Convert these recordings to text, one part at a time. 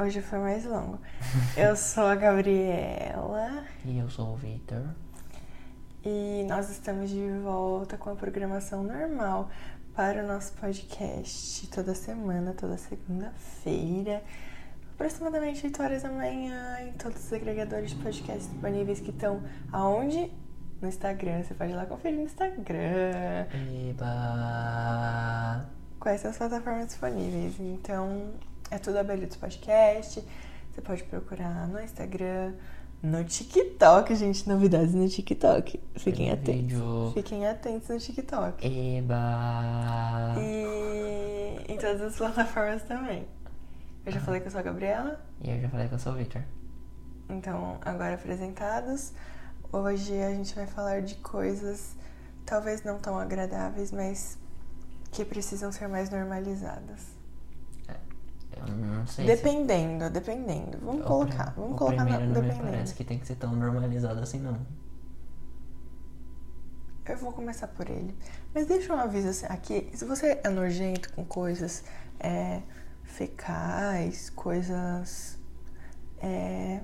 Hoje foi mais longo. Eu sou a Gabriela E eu sou o Victor. e nós estamos de volta com a programação normal para o nosso podcast toda semana, toda segunda-feira, aproximadamente 8 horas da manhã, em todos os agregadores de podcast disponíveis que estão aonde? No Instagram. Você pode ir lá conferir no Instagram. Eba! quais são as plataformas disponíveis. Então, é tudo Abelhudos Podcast. Você pode procurar no Instagram, no TikTok, gente. Novidades no TikTok. Fiquem Tem atentos. É vídeo. Fiquem atentos no TikTok. Eba! E em todas as plataformas também. Eu já falei que eu sou a Gabriela. E eu já falei que eu sou o Victor. Então, agora apresentados, hoje a gente vai falar de coisas talvez não tão agradáveis, mas que precisam ser mais normalizadas. É, Eu não sei se... Dependendo, é dependendo. Vamos o colocar. prim- Vamos o colocar na, primeiro não me dependendo. parece que tem que ser tão normalizado assim, não. Eu vou começar por ele. Mas deixa um aviso assim, aqui. Se você é nojento com coisas é, fecais, coisas. é,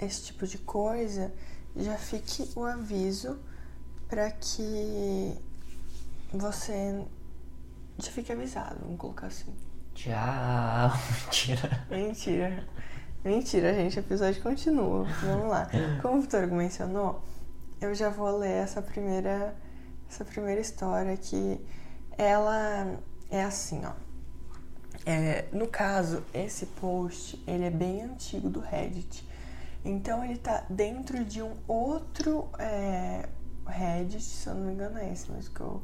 esse tipo de coisa, já fique o aviso para que você. Já fique avisado, vamos colocar assim. Tchau! Mentira. Mentira. Mentira, gente. O episódio continua. Vamos lá. Como o Vitor mencionou, eu já vou ler essa primeira, essa primeira história que ela é assim, ó. É, no caso, esse post, ele é bem antigo do Reddit. Então, ele tá dentro de um outro é, Reddit, se eu não me engano é esse mesmo que eu,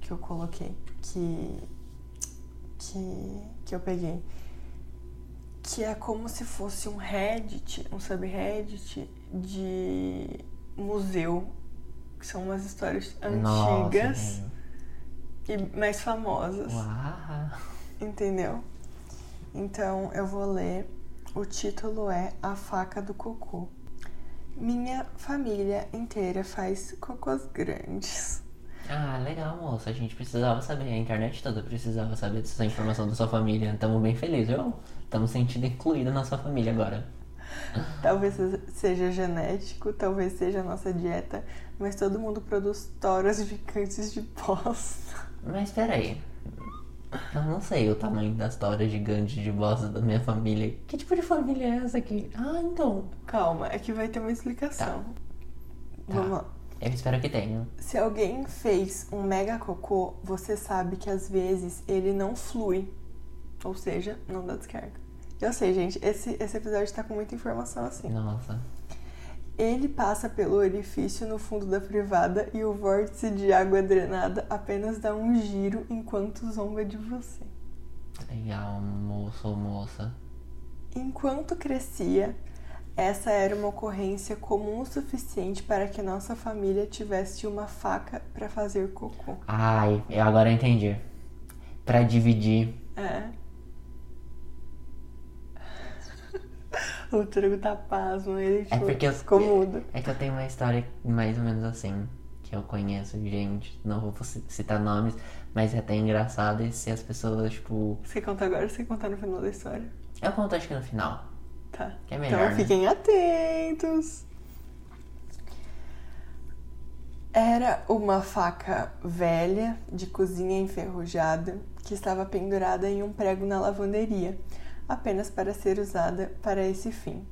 que eu coloquei, que, que, que eu peguei que é como se fosse um Reddit, um subreddit de museu, que são umas histórias antigas Nossa, e mais famosas, velho. Uau! entendeu? Então eu vou ler. O título é A Faca do Cocô. Minha família inteira faz cocôs grandes. Ah, legal, moça. A gente precisava saber. A internet toda precisava saber dessa informação da sua família. Tamo bem felizes, viu? Tamo sentindo incluído na sua família agora. Talvez seja genético, talvez seja a nossa dieta, mas todo mundo produz toras gigantes de bosta. Mas peraí. Eu não sei o tamanho da história gigante de bosta da minha família. Que tipo de família é essa aqui? Ah, então. Calma, é que vai ter uma explicação. Tá. Vamos lá. Eu espero que tenha. Se alguém fez um mega cocô, você sabe que às vezes ele não flui. Ou seja, não dá descarga. Eu sei, gente, esse, esse episódio tá com muita informação assim. Nossa. Ele passa pelo orifício no fundo da privada e o vórtice de água drenada apenas dá um giro enquanto zomba de você. Legal, moço ou moça. Enquanto crescia, essa era uma ocorrência comum o suficiente para que nossa família tivesse uma faca para fazer cocô. Ai, eu agora entendi. Pra dividir. É. O Trigo tá pasmo, ele tipo, É porque eu- ficou mudo. É que eu tenho uma história mais ou menos assim. Que eu conheço gente. Não vou ci- citar nomes. Mas é até engraçado. E se as pessoas, tipo. Você conta agora ou você conta no final da história? Eu conto acho que no final. Tá. Que é melhor, então né? fiquem atentos. Era uma faca velha, de cozinha enferrujada, que estava pendurada em um prego na lavanderia, apenas para ser usada para esse fim.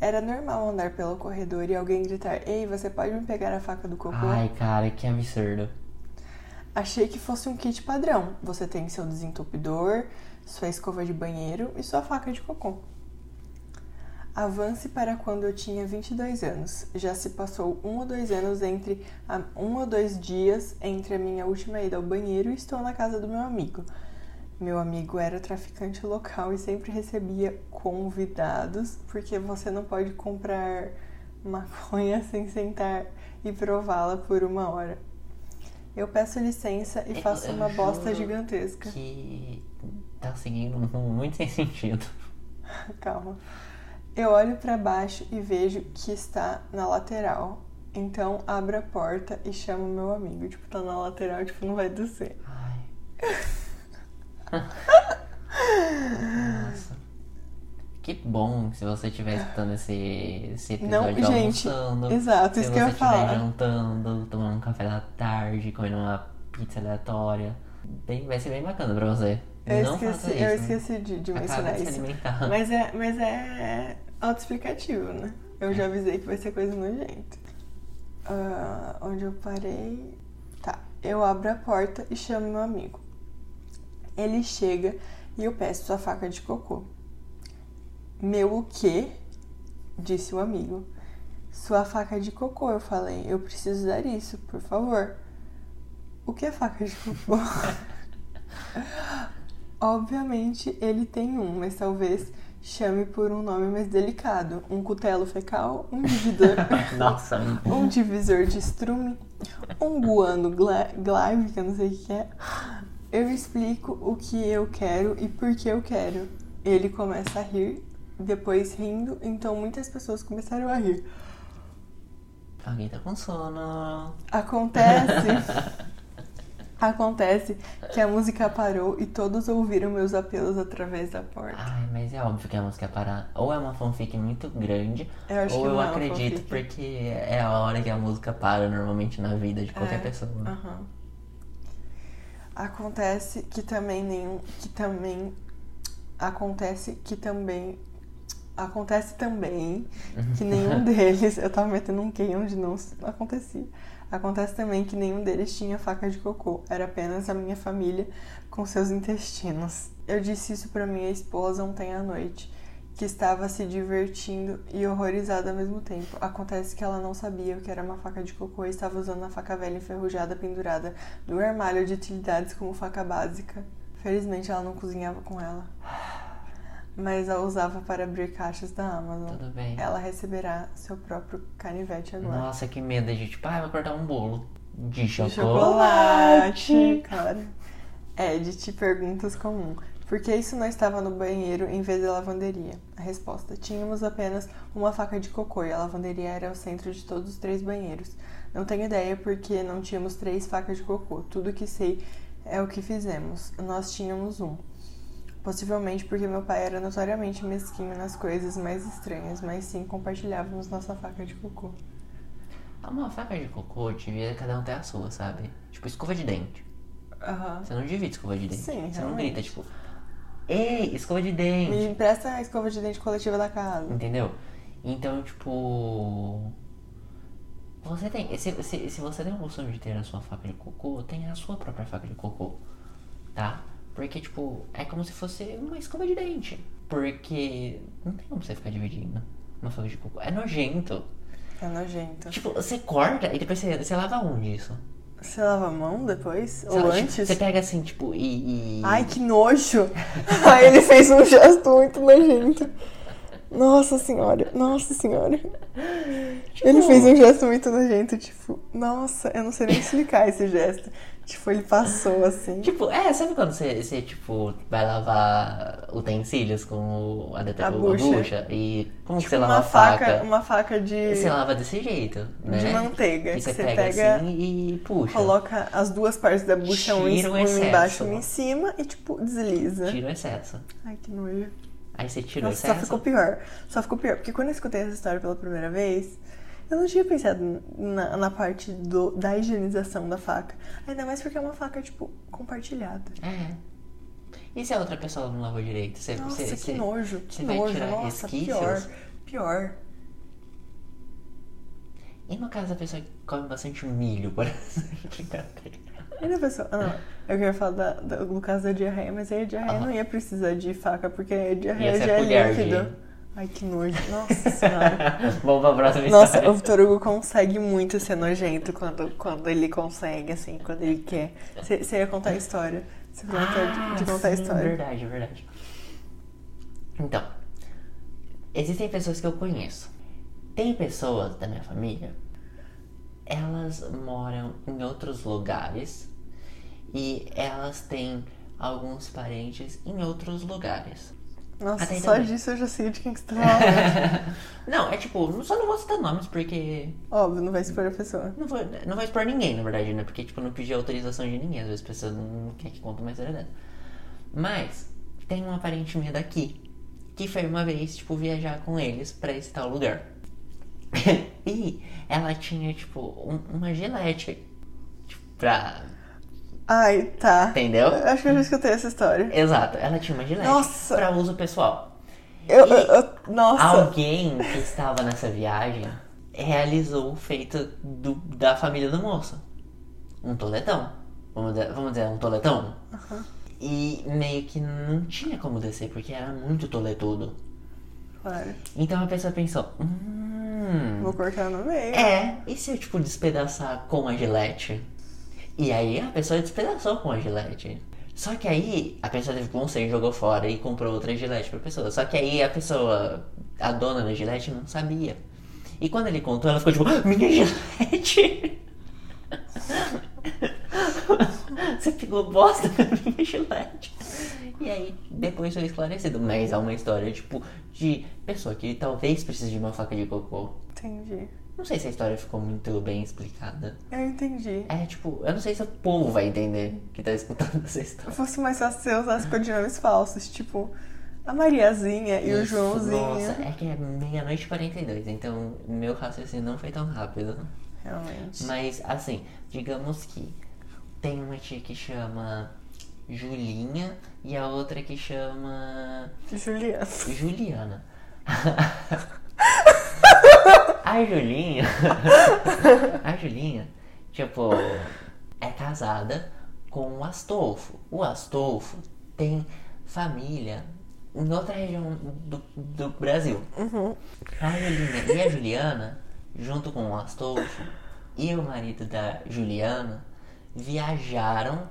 Era normal andar pelo corredor e alguém gritar: Ei, você pode me pegar a faca do cocô? Ai, cara, que absurdo. Achei que fosse um kit padrão. Você tem seu desentupidor, sua escova de banheiro e sua faca de cocô. Avance para quando eu tinha 22 anos. Já se passou um ou dois anos entre a- um ou dois dias entre a minha última ida ao banheiro e estou na casa do meu amigo. Meu amigo era traficante local e sempre recebia convidados, porque você não pode comprar maconha sem sentar e prová-la por uma hora. Eu peço licença e Eu- faço eu uma bosta juro gigantesca. Que tá seguindo um rumo muito sem sentido. Calma. Eu olho para baixo e vejo que está na lateral. Então abro a porta e chamo meu amigo. Tipo, tá na lateral, tipo, não vai descer. Ai. Nossa. que bom se você estiver escutando esse, esse Não, episódio gente, almoçando. exato, se isso você que eu ia estiver falar. jantando, tomando um café da tarde, comendo uma pizza aleatória. Bem- vai ser bem bacana pra você. Eu Não faça esqueci, isso. né? eu esqueci de, de Acaba mencionar de se isso. alimentar. Mas é, mas é autoexplicativo, né? Eu já avisei que vai ser coisa nojenta. Ah, onde eu parei. Tá, eu abro a porta e chamo meu amigo. Ele chega e eu peço sua faca de cocô. Meu o quê? Disse o amigo. Sua faca de cocô, eu falei. Eu preciso dar isso, por favor. O que é faca de cocô? Obviamente ele tem um, mas talvez chame por um nome mais delicado. Um cutelo fecal, um divisor, Nossa, um divisor de estrume, um guano gla- glaive, que eu não sei o que é. Eu explico o que eu quero e por que eu quero. Ele começa a rir, depois rindo, então muitas pessoas começaram a rir. alguém tá com sono. Acontece. Acontece que a música parou e todos ouviram meus apelos através da porta. Ai, mas é óbvio que a música é parar. Ou é uma fanfic muito grande, Eu acho ou que eu não é uma acredito, fanfic. porque é a hora que a música para normalmente na vida de qualquer É. pessoa. Aham. Acontece que também nenhum. Que também. Acontece que também. Acontece também que nenhum deles. Eu tava metendo um quem onde não s- acontecia. Acontece também que nenhum deles tinha faca de cocô. Era apenas a minha família com seus intestinos. Eu disse isso pra minha esposa ontem à noite, que estava se divertindo e horrorizada ao mesmo tempo. Acontece que ela não sabia o que era uma faca de cocô e estava usando a faca velha enferrujada pendurada no armário de utilidades como faca básica. Felizmente ela não cozinhava com ela. Mas a usava para abrir caixas da Amazon. Tudo bem. Ela receberá seu próprio canivete agora. Nossa, que medo, gente. Tipo, ah, vou cortar um bolo de De chocolate. chocolate, cara. Edit, perguntas comum. Por que isso não estava no banheiro em vez da lavanderia? A resposta: tínhamos apenas uma faca de cocô e a lavanderia era o centro de todos os três banheiros. Não tenho ideia porque não tínhamos três facas de cocô. Tudo que sei é o que fizemos. Nós tínhamos um. Possivelmente porque meu pai era notoriamente mesquinho nas coisas mais estranhas, mas sim compartilhávamos nossa faca de cocô. Uma faca Ah, de cocô devia cada um ter a sua, sabe? Tipo, escova de dente. Aham. Você não divide escova de dente. Sim, Você não realmente. grita, tipo, ei, escova de dente. Me empresta a escova de dente coletiva da casa. Entendeu? Então, tipo. Você tem. Se, se, se você tem o costume de ter a sua faca de cocô, tenha a sua própria faca de cocô. Tá? Porque, tipo, é como se fosse uma escova de dente. Porque não tem como você ficar dividindo uma faca de cocô. É nojento. É nojento. Tipo, você corta e depois você, você lava onde isso? Você lava a mão depois? Você, Ou lava- tipo, antes? você pega assim, tipo, e. e- Ai, que nojo! Aí ele fez um gesto muito nojento. Nossa senhora, nossa senhora. Tipo Ele fez um gesto muito nojento, tipo, nossa, eu não sei nem explicar esse gesto. Tipo, ele passou assim. Tipo, é, sabe quando você, você, tipo, vai lavar utensílios com o- a, deta- A a bucha. E como que Tipo, você lava uma a faca? uma faca de. Você lava desse jeito, né? De manteiga, E que você você pega, pega- assim e puxa. Coloca as duas partes da bucha, um, em- Tira o um embaixo excesso. e um em cima, e tipo, desliza. Tira o excesso. Ai, que nojo. Aí você tira Nossa, o só excesso. ficou pior. Só ficou pior, porque quando eu escutei essa história pela primeira vez, eu não tinha pensado na, na parte do, da higienização da faca. Ainda mais porque é uma faca, tipo, compartilhada. É. E se a outra pessoa não lavou direito? Você, Nossa, você, que você- nojo, que você vai nojo. tirar Nossa, resquícios? pior, pior. E no caso da pessoa que come bastante milho, por exemplo? Brincadeira. E da pessoa. Ah, não, eu queria falar da, da, do caso da diarreia, mas aí a diarreia Aham. não ia precisar de faca, porque a diarreia Ah. ser já a é colher de- líquido. Ai, que nojo. Nossa senhora. Vamos pra próxima Nossa, história. o Vitor Hugo consegue muito ser nojento quando, quando ele consegue, assim, quando ele quer. Você ia contar a história. Você ia Ah, contar de, de contar a sim, história. Verdade, verdade. Então, existem pessoas que eu conheço. Tem pessoas da minha família, elas moram em outros lugares e elas têm alguns parentes em outros lugares. Nossa, Até só também. disso eu já sei de quem que você tá falando. não, é tipo, só não vou citar nomes porque Óbvio, não vai expor a pessoa. Não vou, não vou expor ninguém, na verdade, né? Porque, tipo, eu não pedi autorização de um é ninguém. Às vezes a pessoa não quer que conte mais história dela. Mas, tem uma parente minha daqui que foi uma vez, tipo, viajar com eles pra esse tal lugar. e ela tinha, tipo, um- uma gilete tipo, pra. Ai, tá. Entendeu? Eu acho que eu já escutei essa história. Exato, ela tinha uma gilete Nossa! pra uso pessoal. Eu, eu- eu- nossa. Alguém que estava nessa viagem realizou o feito do- da família do moço. Um toletão. Vamos dizer, vamos dizer, um toletão. E meio que não tinha como descer, porque era muito toletudo. Claro. Então a pessoa pensou, hum, Vou cortar no meio. é, e se eu, tipo, despedaçar com a gilete? E aí a pessoa despedaçou com a gilete. Só que aí a pessoa teve conselho, jogou fora e comprou outra gilete pra pessoa. Só que aí a pessoa, a dona da gilete, não sabia. E quando ele contou, ela ficou tipo, "Ah, minha gilete! Você pegou bosta da minha gilete. E aí, depois foi esclarecido. Mas é uma história, tipo, de pessoa que talvez precise de uma faca de cocô. Entendi. Não sei se a história ficou muito bem explicada. Eu entendi. É tipo, eu não sei se o povo vai entender que tá escutando essa história. Fosse mais fácil se eu usasse codinomes falsos, tipo a Mariazinha e o Isso, Joãozinho. Nossa, é que é meia-noite e 42, então meu raciocínio não foi tão rápido. Realmente. Mas, assim, digamos que tem uma tia que chama Julinha e a outra que chama Juliana. Juliana. A Julinha. A Julinha, tipo, é casada com o Astolfo. O Astolfo tem família em outra região do, do Brasil. A Julinha e a Juliana, junto com o Astolfo e o marido da Juliana, viajaram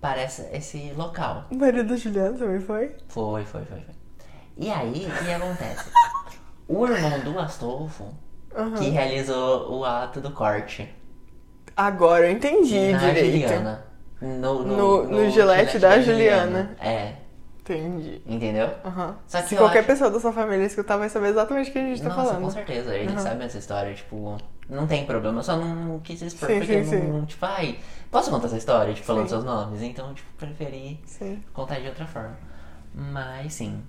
para essa- esse local. O marido da Juliana também foi? Foi, foi, foi, foi. E aí, o que acontece? O irmão do Astolfo, que realizou o ato do corte Agora eu entendi na é direito. Juliana. No, No- no gilete da Juliana. É, Entendi. entendeu? Aham. Só que Se eu qualquer acho- pessoa da sua família escutar, vai saber exatamente o que a gente tá Nossa, falando. com certeza, ele sabe essa história, tipo, não tem problema, eu só não quis expor Sim, porque sim, não, tipo, ai, posso contar essa história, tipo, falando Sim. seus nomes? Então, tipo, preferi Sim. contar de outra forma. Mas sim.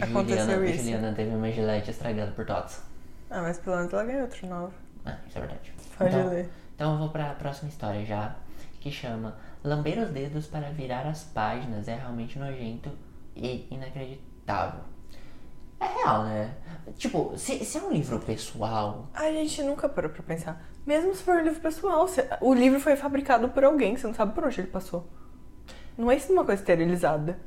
Aconteceu Juliana, isso. Juliana teve uma gilete estragada por Tots. Ah, mas pelo menos ela ganhou outro novo. Ah, isso é verdade. Pode então, ler. então eu vou pra próxima história já, que chama Lamber os dedos para virar as páginas é realmente nojento e inacreditável. É real, né? Tipo, se, se é um livro pessoal, A gente nunca parou pra pensar. Mesmo se for um livro pessoal, se- o livro foi fabricado por alguém, você não sabe por onde ele passou. Não é isso uma coisa esterilizada.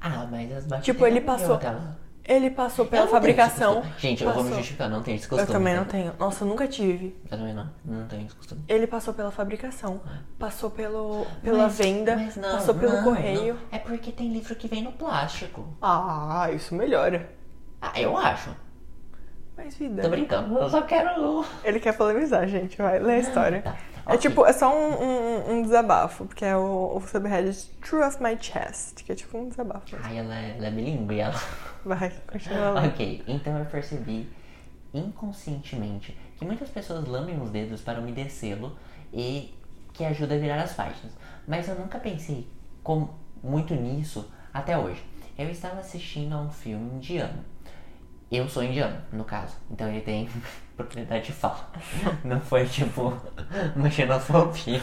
ah, mas as bactérias. Tipo, ele não passou deu aquela- Ele passou Eu pela não tenho esse fabricação. costume. Gente, eu vou me passou- justificar, não tenho esse Eu costume. então. também não tenho. Nossa, eu nunca tive. Eu também não, não tenho esse costume. Ele passou pela fabricação, passou pelo, pela Mas- venda, mas não, passou pelo não, correio. não. É porque tem livro que vem no plástico. Ah, isso melhora. Ah, eu acho. Mas Tô vida. né? brincando, eu só quero. um. Ele quer polemizar, gente. Vai ler a história. Tá, É ok. tipo, é só um, um- um desabafo, porque é o, o subreddit True of My Chest, que é tipo um desabafo. Ai, ela é, ela é bilíngue, ela. Vai, continua lá. ok, então eu percebi inconscientemente que muitas pessoas lambem os dedos para umedecê-lo e que ajuda a virar as páginas. Mas eu nunca pensei com, muito nisso até hoje. Eu estava assistindo a um filme indiano. Eu sou indiano, no caso. Então ele tem propriedade de fala. Não foi tipo uma xenofobia.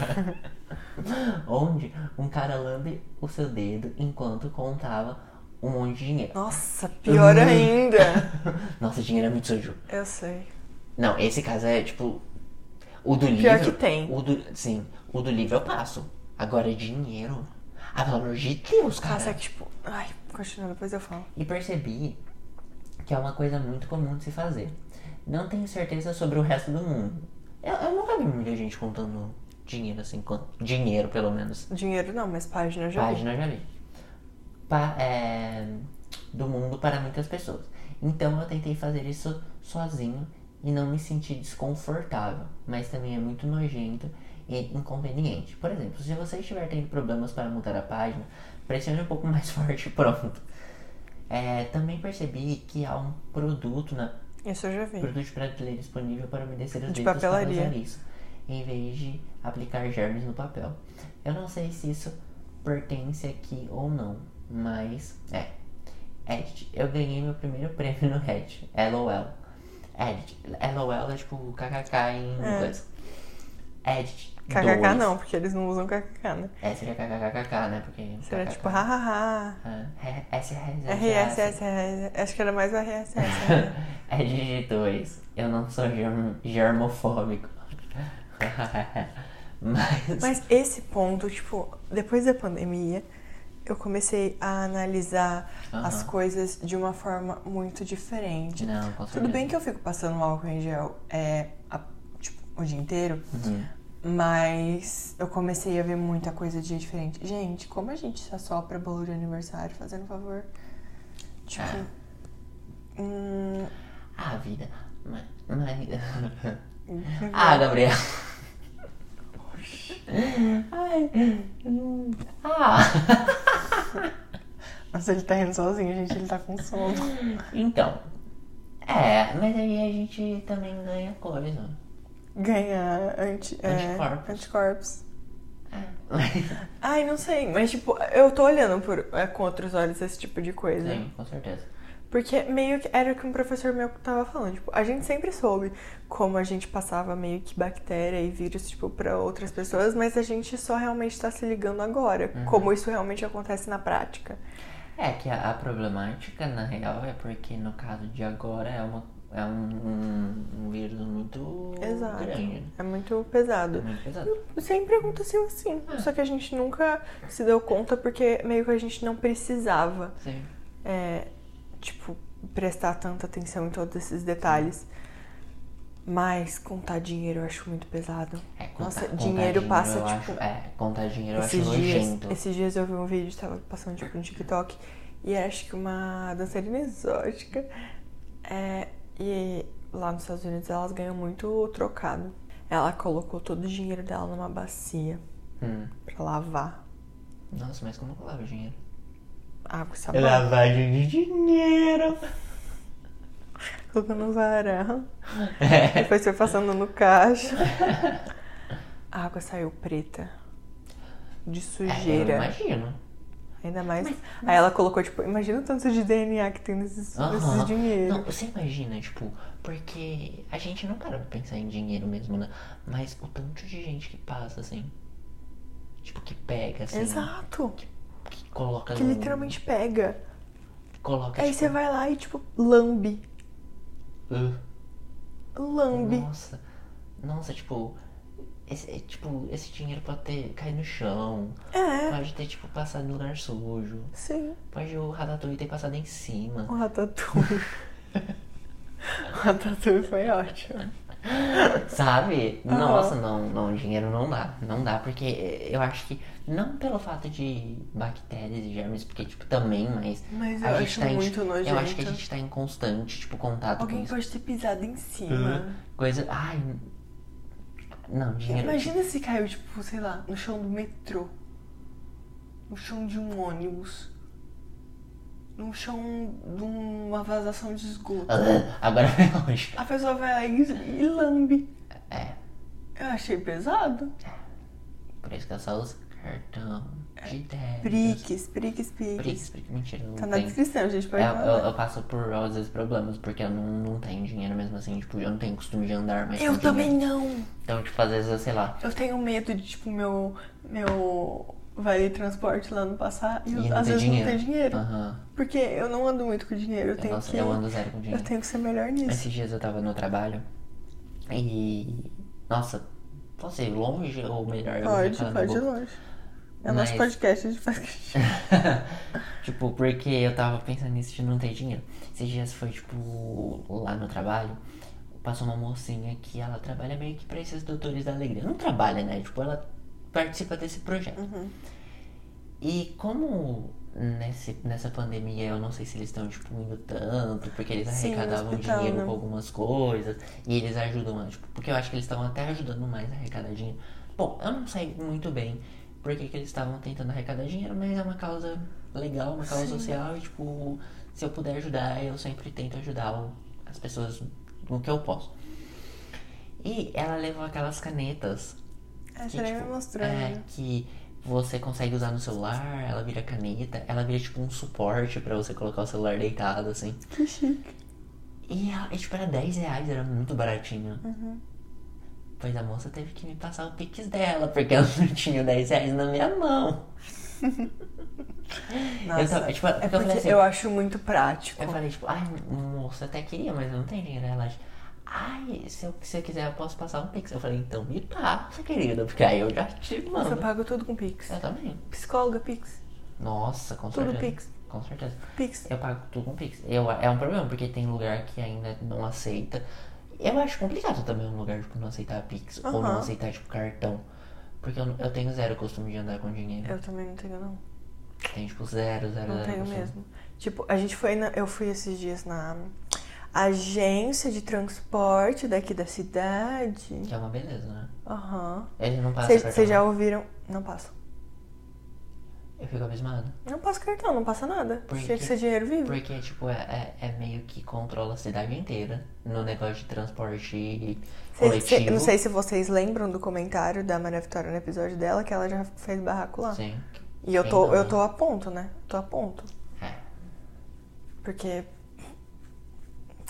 Onde um cara lambe o seu dedo enquanto contava um monte de dinheiro. Nossa, pior Hum. ainda. Nossa, dinheiro é muito sujo. Eu sei. Não, esse caso é tipo. O do livro. Pior que tem. O do, sim, o do livro eu passo. Agora dinheiro. Ah, pelo amor de Deus, cara. Nossa, é que tipo. Ai, continua, depois eu falo. E percebi que é uma coisa muito comum de se fazer. Não tenho certeza sobre o resto do mundo. Eu, eu nunca vi muita gente contando dinheiro assim. com- Dinheiro, pelo menos. Dinheiro não, mas página eu já. vi. página eu já li. Pa- é, do mundo para muitas pessoas. Então eu tentei fazer isso sozinho e não me senti desconfortável, mas também é muito nojento e inconveniente. Por exemplo, se você estiver tendo problemas para mudar a página, pressione um pouco mais forte e pronto. É, também percebi que há um produto na Isso eu já vi. produto de prateleira disponível para umedecer os De dedos para papelaria. usar isso, em vez de aplicar germes no papel. Eu não sei se isso pertence aqui ou não, mas é. Edit, eu ganhei meu primeiro prêmio no Reddit. LOL. Edit. LOL é tipo KKK em inglês. Edit. KKK dois. não, porque eles não usam KKK, né? É, seria KKKKK, né? Porque. Será KKK. tipo, hahaha. Ah, R- S- é RSS, RSS. Acho que era mais o RSS. né? Edit 2. É Eu não sou germ- germofóbico. Mas. Mas esse ponto, tipo, depois da pandemia, eu comecei a analisar as Aham. Né? coisas de uma forma muito diferente. Não, com Tudo bem certeza. que eu fico passando álcool em gel é, a- tipo, o dia inteiro, Uhum. mas eu comecei a ver muita coisa de diferente. Gente, como a gente se assopra bolo de aniversário, fazendo favor. Tipo. É. Hum, Ah, vida. Mas. mas... ah, Gabriel. Ai. hum, Ah. nossa, ele tá rindo sozinho, gente, ele tá com sono. Então. É, mas aí a gente também ganha coisa. Ganha anti, é, Anticorpos. anticorpos. É. Ai, não sei, mas tipo, eu tô olhando por, é, com outros olhos esse tipo de coisa. Sim, com certeza. Porque meio que era o que um professor meu tava falando. Tipo, a gente sempre soube como a gente passava meio que bactéria e vírus, tipo, pra outras pessoas, mas a gente só realmente tá se ligando agora, como isso realmente acontece na prática. É que a, a problemática, na real, é porque no caso de agora é, uma, é um, um- um vírus muito Exato. grande. É muito pesado. Muito pesado. Sempre aconteceu assim. Só que a gente nunca se deu conta porque meio que a gente não precisava. Sim. é, tipo, prestar tanta atenção em todos esses detalhes. Mas contar dinheiro eu acho muito pesado. É, contar- Nossa, contar dinheiro passa, eu tipo, acho- é, contar dinheiro eu acho esses, dias, nojento. esses dias eu vi um vídeo, tava passando tipo no TikTok, e acho que uma dançarina exótica. é, e lá nos Estados Unidos elas ganham muito trocado. Ela colocou todo o dinheiro dela numa bacia Hum. pra lavar Nossa, mas como que eu lavo dinheiro? água e sabão. É Lavagem de dinheiro. Colocou no varal. É. Depois foi passando no caixa. A água saiu preta. De eu sujeira. imagino. Ainda mais. Aí ela colocou, tipo, imagina o tanto de DNA que tem nesses, nesses Aham. Não, dinheiro. você imagina, tipo, porque a gente não para pra pensar em dinheiro mesmo, né? Mas o tanto de gente que passa, assim. Tipo, que pega, assim. Exato. Que coloca Que no- literalmente pega. Coloca, Aí tipo, você vai lá e, tipo, lambe. "Ah, Lambe. Nossa. Nossa, tipo. Esse, é, tipo, esse dinheiro pode ter caído no chão. É, Pode ter, tipo, passado em lugar sujo. sim. Pode o Ratatouille ter passado em cima. O Ratatouille. o Ratatouille foi ótimo. Sabe? Nossa, não, não, dinheiro não dá. Não dá, porque eu acho que não pelo fato de bactérias e germes, porque, tipo, também, mas. Mas a eu gente acho tá em- muito Eu acho que a nojento. gente tá em constante, tipo, contato com Alguém isso. pode ter pisado em cima. Coisa. Ai. Não, dinheiro. Imagina se caiu, tipo, sei lá, no chão do metrô. No chão de um ônibus. No chão de uma vazação de esgoto. Ah, Agora vai longe. A pessoa vai lá e, e lambe. É, Eu achei pesado. por isso que eu só uso cartão de débito. Priques, priques, priques. Prix, Prix. Mentira, não É, Tá na tem. É, descrição, né? gente, Eu, pode eu, mandar. eu passo por, às vezes, problemas, porque eu não, não tenho dinheiro mesmo assim. Tipo, eu não tenho costume de andar mais. Eu com dinheiro. também não. Então, tipo, às vezes, eu sei lá. Eu tenho medo de, tipo, meu. Meu. Vale transporte lá não passar e, eu- E não às tem vezes dinheiro. não tem dinheiro. Aham. Porque eu não ando muito com dinheiro. Eu tenho Nossa, que. eu ando É zero com eu dinheiro. tenho que ser melhor nisso. Esses dias eu tava no trabalho e. Nossa, posso ir longe ou melhor? eu vou Pode, ficar na pode ir boca? longe. É Mas- nosso podcast, a gente faz o que a gente tipo, porque eu tava pensando nisso de não ter dinheiro. Esses dias foi, tipo, lá no trabalho, passou uma mocinha que ela trabalha meio que pra esses doutores da alegria. Não trabalha, né? Tipo, ela participa desse projeto. E como nesse, nessa pandemia eu não sei se eles estão, tipo, indo tanto, porque eles Sim, no arrecadavam hospital, dinheiro né? com algumas coisas, e eles ajudam, tipo, porque eu acho que eles estavam até ajudando mais a arrecadar dinheiro. Bom, eu não sei muito bem por que que eles estavam tentando arrecadar dinheiro, mas é uma causa legal, uma causa social, e tipo, se eu puder ajudar, eu sempre tento ajudar o- as pessoas no que eu posso. E ela levou aquelas canetas É, que, você nem tipo, me mostrou, é, né? que você consegue usar no celular, ela vira caneta, ela vira tipo um suporte pra você colocar o celular deitado, assim. Que chique. E ela- e, tipo, era 10 reais, era muito baratinho. Uhum. Pois a moça teve que me passar o pix dela, porque ela não tinha 10 reais na minha mão. Nossa, tava- tipo, é eu falei porque assim- eu acho muito prático. Eu falei, tipo, ai, moça, até queria, mas eu não tenho dinheiro. Ela, ai, se eu, se eu quiser, eu posso passar um pix. Eu falei, então me passa, querida, porque aí eu já te Nossa, eu mando. pago tudo com Pix. Eu também. Psicóloga, Pix. Nossa, com Tudo certeza. Pix. Com certeza. Pix. Eu pago tudo com Pix. Eu, é um problema, porque tem lugar que ainda não aceita. Eu acho complicado também um lugar, tipo, não aceitar Pix ou não Aham. aceitar, tipo, cartão. Porque eu, não- eu tenho zero costume de andar com dinheiro. Eu também não tenho, não. Tem, tipo, zero, zero, Não zero tenho costume. mesmo. Tipo, a gente foi na- eu fui esses dias na agência de transporte daqui da cidade. Que é uma beleza, né? Aham. Ele não passa cartão. né? Vocês já ouviram? Não passa. Eu fico abismado. Não passa cartão, não passa nada. Por Tinha que quê? ser dinheiro vivo. Porque, tipo, é, é, é meio que controla a cidade inteira no negócio de transporte Cês- cê- coletivo. eu não sei se vocês lembram do comentário da Maria Vitória no episódio dela, que ela já fez barraco lá. Sim. E eu Quem tô, não, eu né? tô a ponto, né? Tô a ponto. É. Porque.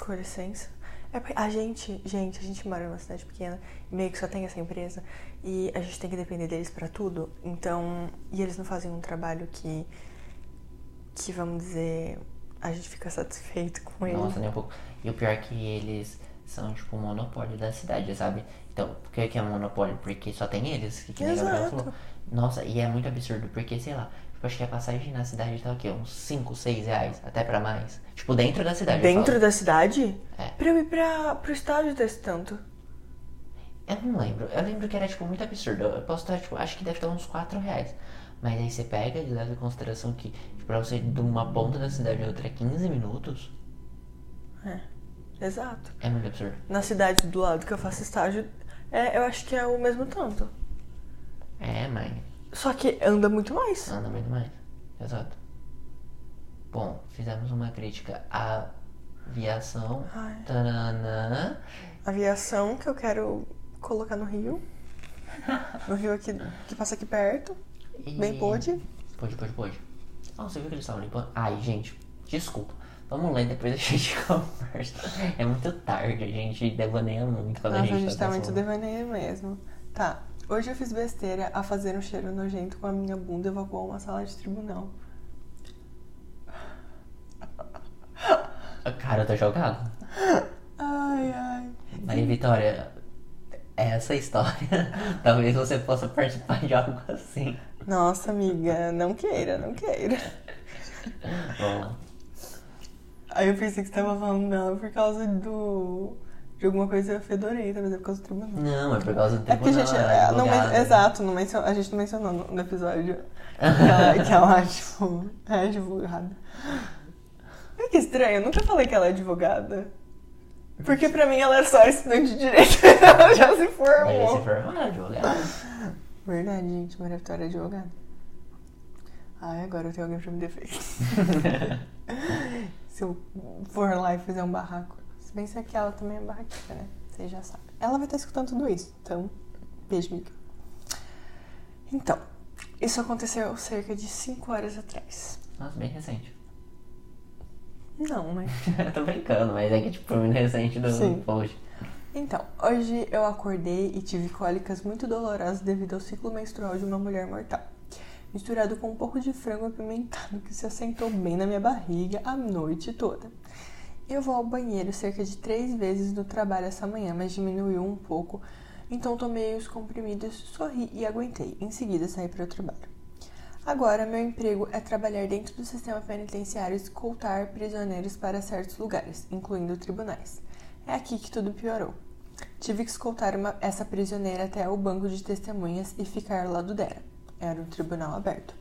Com licença. É porque a gente, gente, a gente mora numa cidade pequena e meio que só tem essa empresa e a gente tem que depender deles pra tudo. Então, e eles não fazem um trabalho que que vamos dizer, a gente fica satisfeito com eles. Nossa, nem um pouco. E o pior é que eles são, tipo, o monopólio da cidade, sabe? Então, por que, que é monopólio? Porque só tem eles, que, que nem a Gabriela Exato. falou. Nossa, e é muito absurdo, porque, sei lá, tipo, acho que a passagem na cidade tá o quê? Uns 5, 6 reais, até pra mais. Tipo, dentro da cidade. eu Dentro falo. da cidade? É. Pra eu ir pra, pro estádio desse tanto. Eu não lembro. Eu lembro que era, tipo, muito absurdo. Eu posso estar, tipo, acho que deve estar uns 4 reais. Mas aí você pega e leva em consideração que tipo, pra você ir de uma ponta da cidade a outra é 15 minutos. É. Exato. É muito absurdo. Na cidade do lado que eu faço estágio, é, eu acho que é o mesmo tanto. É, mas Só que anda muito mais. anda muito mais. Exato. Bom, fizemos uma crítica à aviação. Ai. Tananã. aviação que eu quero colocar no Rio. No Rio aqui, que passa aqui perto. E- Bem pôde. Pode, pode, pode. Ah, você viu que eles estavam limpando? Ai, gente, desculpa. Vamos lá e depois a gente conversa. É muito tarde, a gente devaneia muito quando Nossa, a gente, tá, tá muito pensando. devaneio mesmo. Tá, hoje eu fiz besteira a fazer um cheiro nojento com a minha bunda e evacuou uma sala de tribunal. Ah, Cara, eu tô jogado. Ai, ai. Maria Vitória, é essa história, talvez você possa participar de algo assim. Nossa, amiga, não queira, não queira. Vamos lá. Aí eu pensei que você tava falando dela por causa do. de alguma coisa fedorenta, mas é por causa do tribunal. Não, é por causa do É porque a tribunal, gente. ela é, não men- advogada. né? exato, Então, não mencio- a gente não mencionou no, no episódio que ela, que ela, tipo, é advogada. É que estranho, eu nunca falei que ela é advogada. Porque pra mim ela é só estudante de direito, ela já se Mas um aí formou. você for uma advogada. Verdade, gente, Maria Vitória é advogada. Ai, agora eu tenho alguém pra me defender. Se eu for lá e fizer um barraco. Se bem que ela também é barraquita, né? Vocês já sabem. Ela vai estar escutando tudo isso. Então, beijo, amiga. Então, isso aconteceu cerca de 5 horas atrás. Nossa, bem recente. Não, né? Eu tô brincando, mas é que tipo, muito recente do Sim. post. Então, hoje eu acordei e tive cólicas muito dolorosas devido ao ciclo menstrual de uma mulher mortal. Misturado com um pouco de frango apimentado que se assentou bem na minha barriga a noite toda. Eu vou ao banheiro cerca de três vezes no trabalho essa manhã, mas diminuiu um pouco, então tomei os comprimidos, sorri e aguentei. Em seguida saí para o trabalho. Agora, meu emprego é trabalhar dentro do sistema penitenciário e escoltar prisioneiros para certos lugares, incluindo tribunais. É aqui que tudo piorou. Tive que escoltar uma- essa prisioneira até o banco de testemunhas e ficar ao lado dela. Era um tribunal aberto.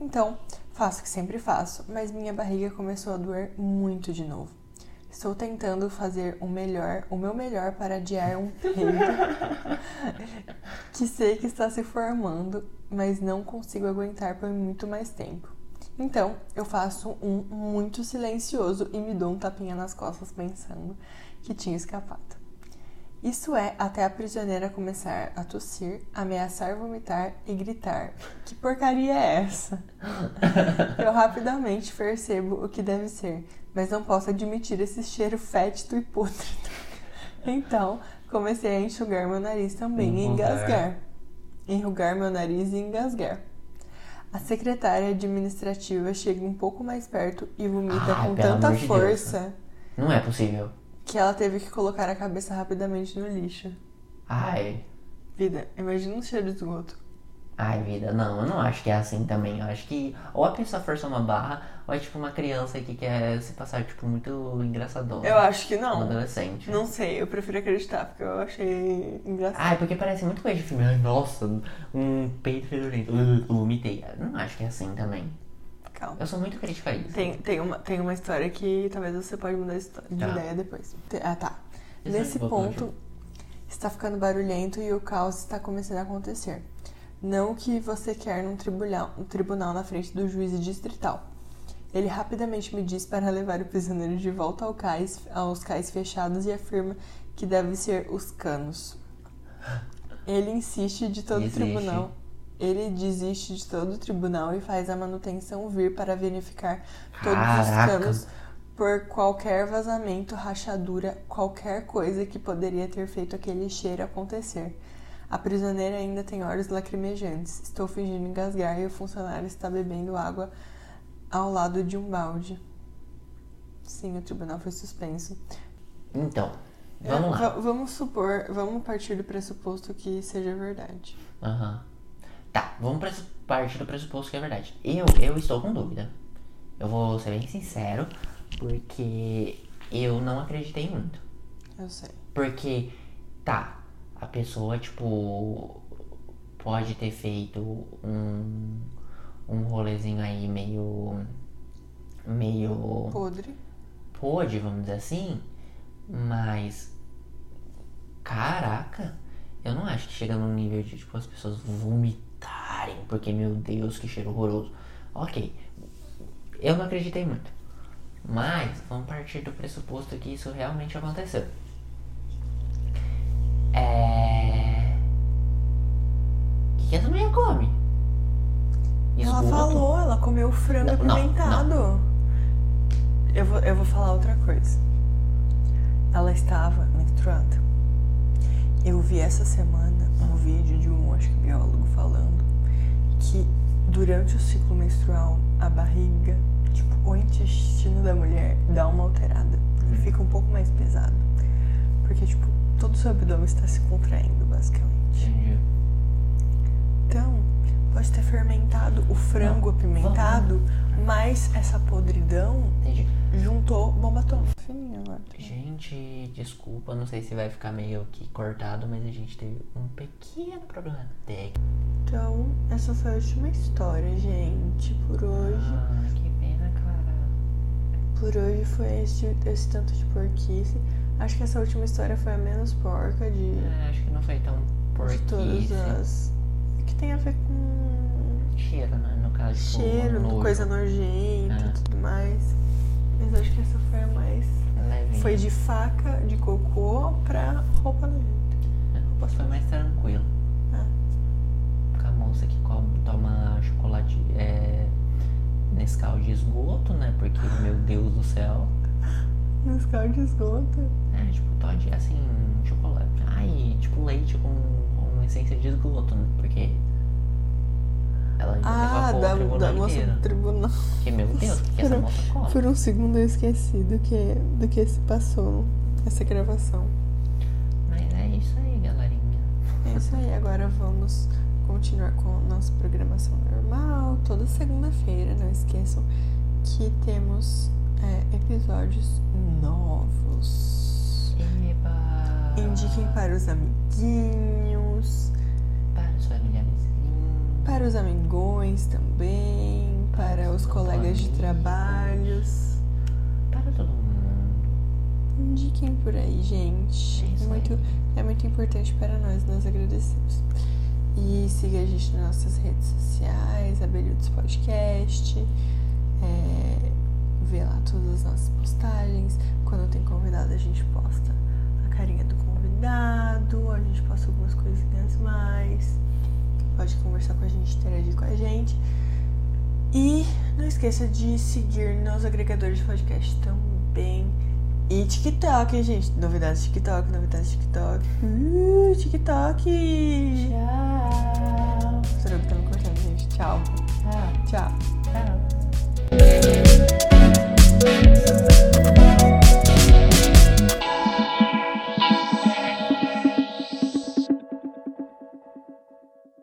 Então, faço o que sempre faço, mas minha barriga começou a doer muito de novo. Estou tentando fazer o melhor, o meu melhor para adiar um peito que sei que está se formando, mas não consigo aguentar por muito mais tempo. Então, eu faço um muito silencioso e me dou um tapinha nas costas pensando que tinha escapado. Isso é até a prisioneira começar a tossir, ameaçar vomitar e gritar: Que porcaria é essa? Eu rapidamente percebo o que deve ser, mas não posso admitir esse cheiro fétido e pútrido. Então, comecei a enxugar meu nariz também e Enrugar. engasgar. Enrugar meu nariz e engasgar. A secretária administrativa chega um pouco mais perto e vomita Ah, com pelo tanta amor de Deus, né? força Não é possível. que ela teve que colocar a cabeça rapidamente no lixo. Ai. Vida, imagina um cheiro de esgoto. Ai, vida, não, eu não acho que é assim também. Eu acho que ou a pessoa força uma barra, ou é tipo uma criança que quer se passar, tipo, muito engraçadona. Eu acho que Um não. adolescente. Não sei, eu prefiro acreditar, porque eu achei engraçado. Ai, porque parece muito coisa de filme. Ai, nossa, um peito fedorento. Uh, vomitei. Eu Não acho que é assim também. Calma. Eu sou muito crítica a isso. Tem, tem, uma, tem uma história que talvez você pode mudar de histó- de Tá. ideia depois. Te- Ah, tá. Isso Nesse é um pouco ponto, está ficando barulhento e o caos está começando a acontecer. Não o que você quer num tribunal, um tribunal na frente do juiz distrital. Ele rapidamente me diz para levar o prisioneiro de volta ao cais, aos cais fechados e afirma que deve ser os canos. Ele insiste de todo o Desiste. tribunal. Ele desiste de todo o tribunal e faz a manutenção vir para verificar todos Caraca. os canos por qualquer vazamento, rachadura, qualquer coisa que poderia ter feito aquele cheiro acontecer. A prisioneira ainda tem olhos lacrimejantes. Estou fingindo engasgar e o funcionário está bebendo água ao lado de um balde. Sim, o tribunal foi suspenso. Então, vamos lá. É, va- vamos supor, vamos partir do pressuposto que seja verdade. Aham. Tá, vamos pra essa parte do pressuposto que é verdade. Eu, eu estou com dúvida. Eu vou ser bem sincero, porque eu não acreditei muito. Eu sei. Porque, tá, a pessoa, tipo, pode ter feito um, um rolezinho aí meio. meio Podre. pôde, vamos dizer assim, mas caraca, eu não acho que chega num nível de tipo as pessoas vomitarem, porque meu Deus, que cheiro horroroso. Ok, eu não acreditei muito. Mas vamos partir do pressuposto que isso realmente aconteceu. É. O que, que essa mulher come? Ela Esgoto? falou, ela comeu frango Não, não, apimentado. Eu, vou, eu vou falar outra coisa. Ela estava menstruada. Eu vi essa semana um vídeo de um, acho que biólogo, falando que durante o ciclo menstrual, a barriga, tipo, o intestino da mulher dá uma alterada. E fica um pouco mais pesado. Porque, tipo, todo o seu abdômen está se contraindo, basicamente. Entendi. Então, pode ter fermentado o frango apimentado, mas essa podridão Entendi. juntou bomba atômica. Fininho agora. tá Gente, desculpa, não sei se vai ficar meio que cortado, mas a gente teve um pequeno problema técnico. Então, essa foi a última história, gente, por hoje. Ah, que pena, Clara. Por hoje foi esse, esse tanto de porquice. Acho que essa última história foi a menos porca de, É, acho que não foi tão de todas porquice. as. Que tem a ver com Cheiro, né? No caso, tipo, cheiro, nojo, coisa nojenta e É. tudo mais. Mas acho que essa foi a mais. levinho. Foi de faca, de cocô pra roupa nojenta. É, Foi mais tranquilo. Ah. Com a moça que come- toma chocolate é, Nescau de esgoto, né? Porque, meu Deus do céu. Nos carros de esgoto. É, tipo, Todd é assim, chocolate. Ai, tipo leite com, com essência de esgoto, né? Porque ela já Ah, evaporou da, o tribunal da moça inteiro. do tribunal. Porque, meu Deus, o que que essa Por- moça come? Por um segundo eu esqueci do que, do que se passou essa gravação. Mas é isso aí, galerinha. É isso aí, agora vamos continuar com a nossa programação normal. Toda segunda-feira, não esqueçam que temos é, episódios novos. Eba! Indiquem para os amiguinhos. Para os familiares. Para os amigões também, para os colegas de trabalhos. Para todo mundo. Indiquem é por aí, gente. É isso É muito, aí. é muito importante para nós, nós agradecemos. E siga a gente nas nossas redes sociais, Abelhudos Podcast. É, vê lá todas as nossas postagens. Quando tem convidado, a gente posta a carinha do convidado. pode conversar com a gente, interagir com a gente. E não esqueça de seguir nos agregadores de podcast também. E TikTok, hein, gente. Novidades de TikTok, novidades de TikTok. Uh, TikTok! Tchau. Será que tá me cortando, gente? Tchau. Tchau. Tchau. Tchau.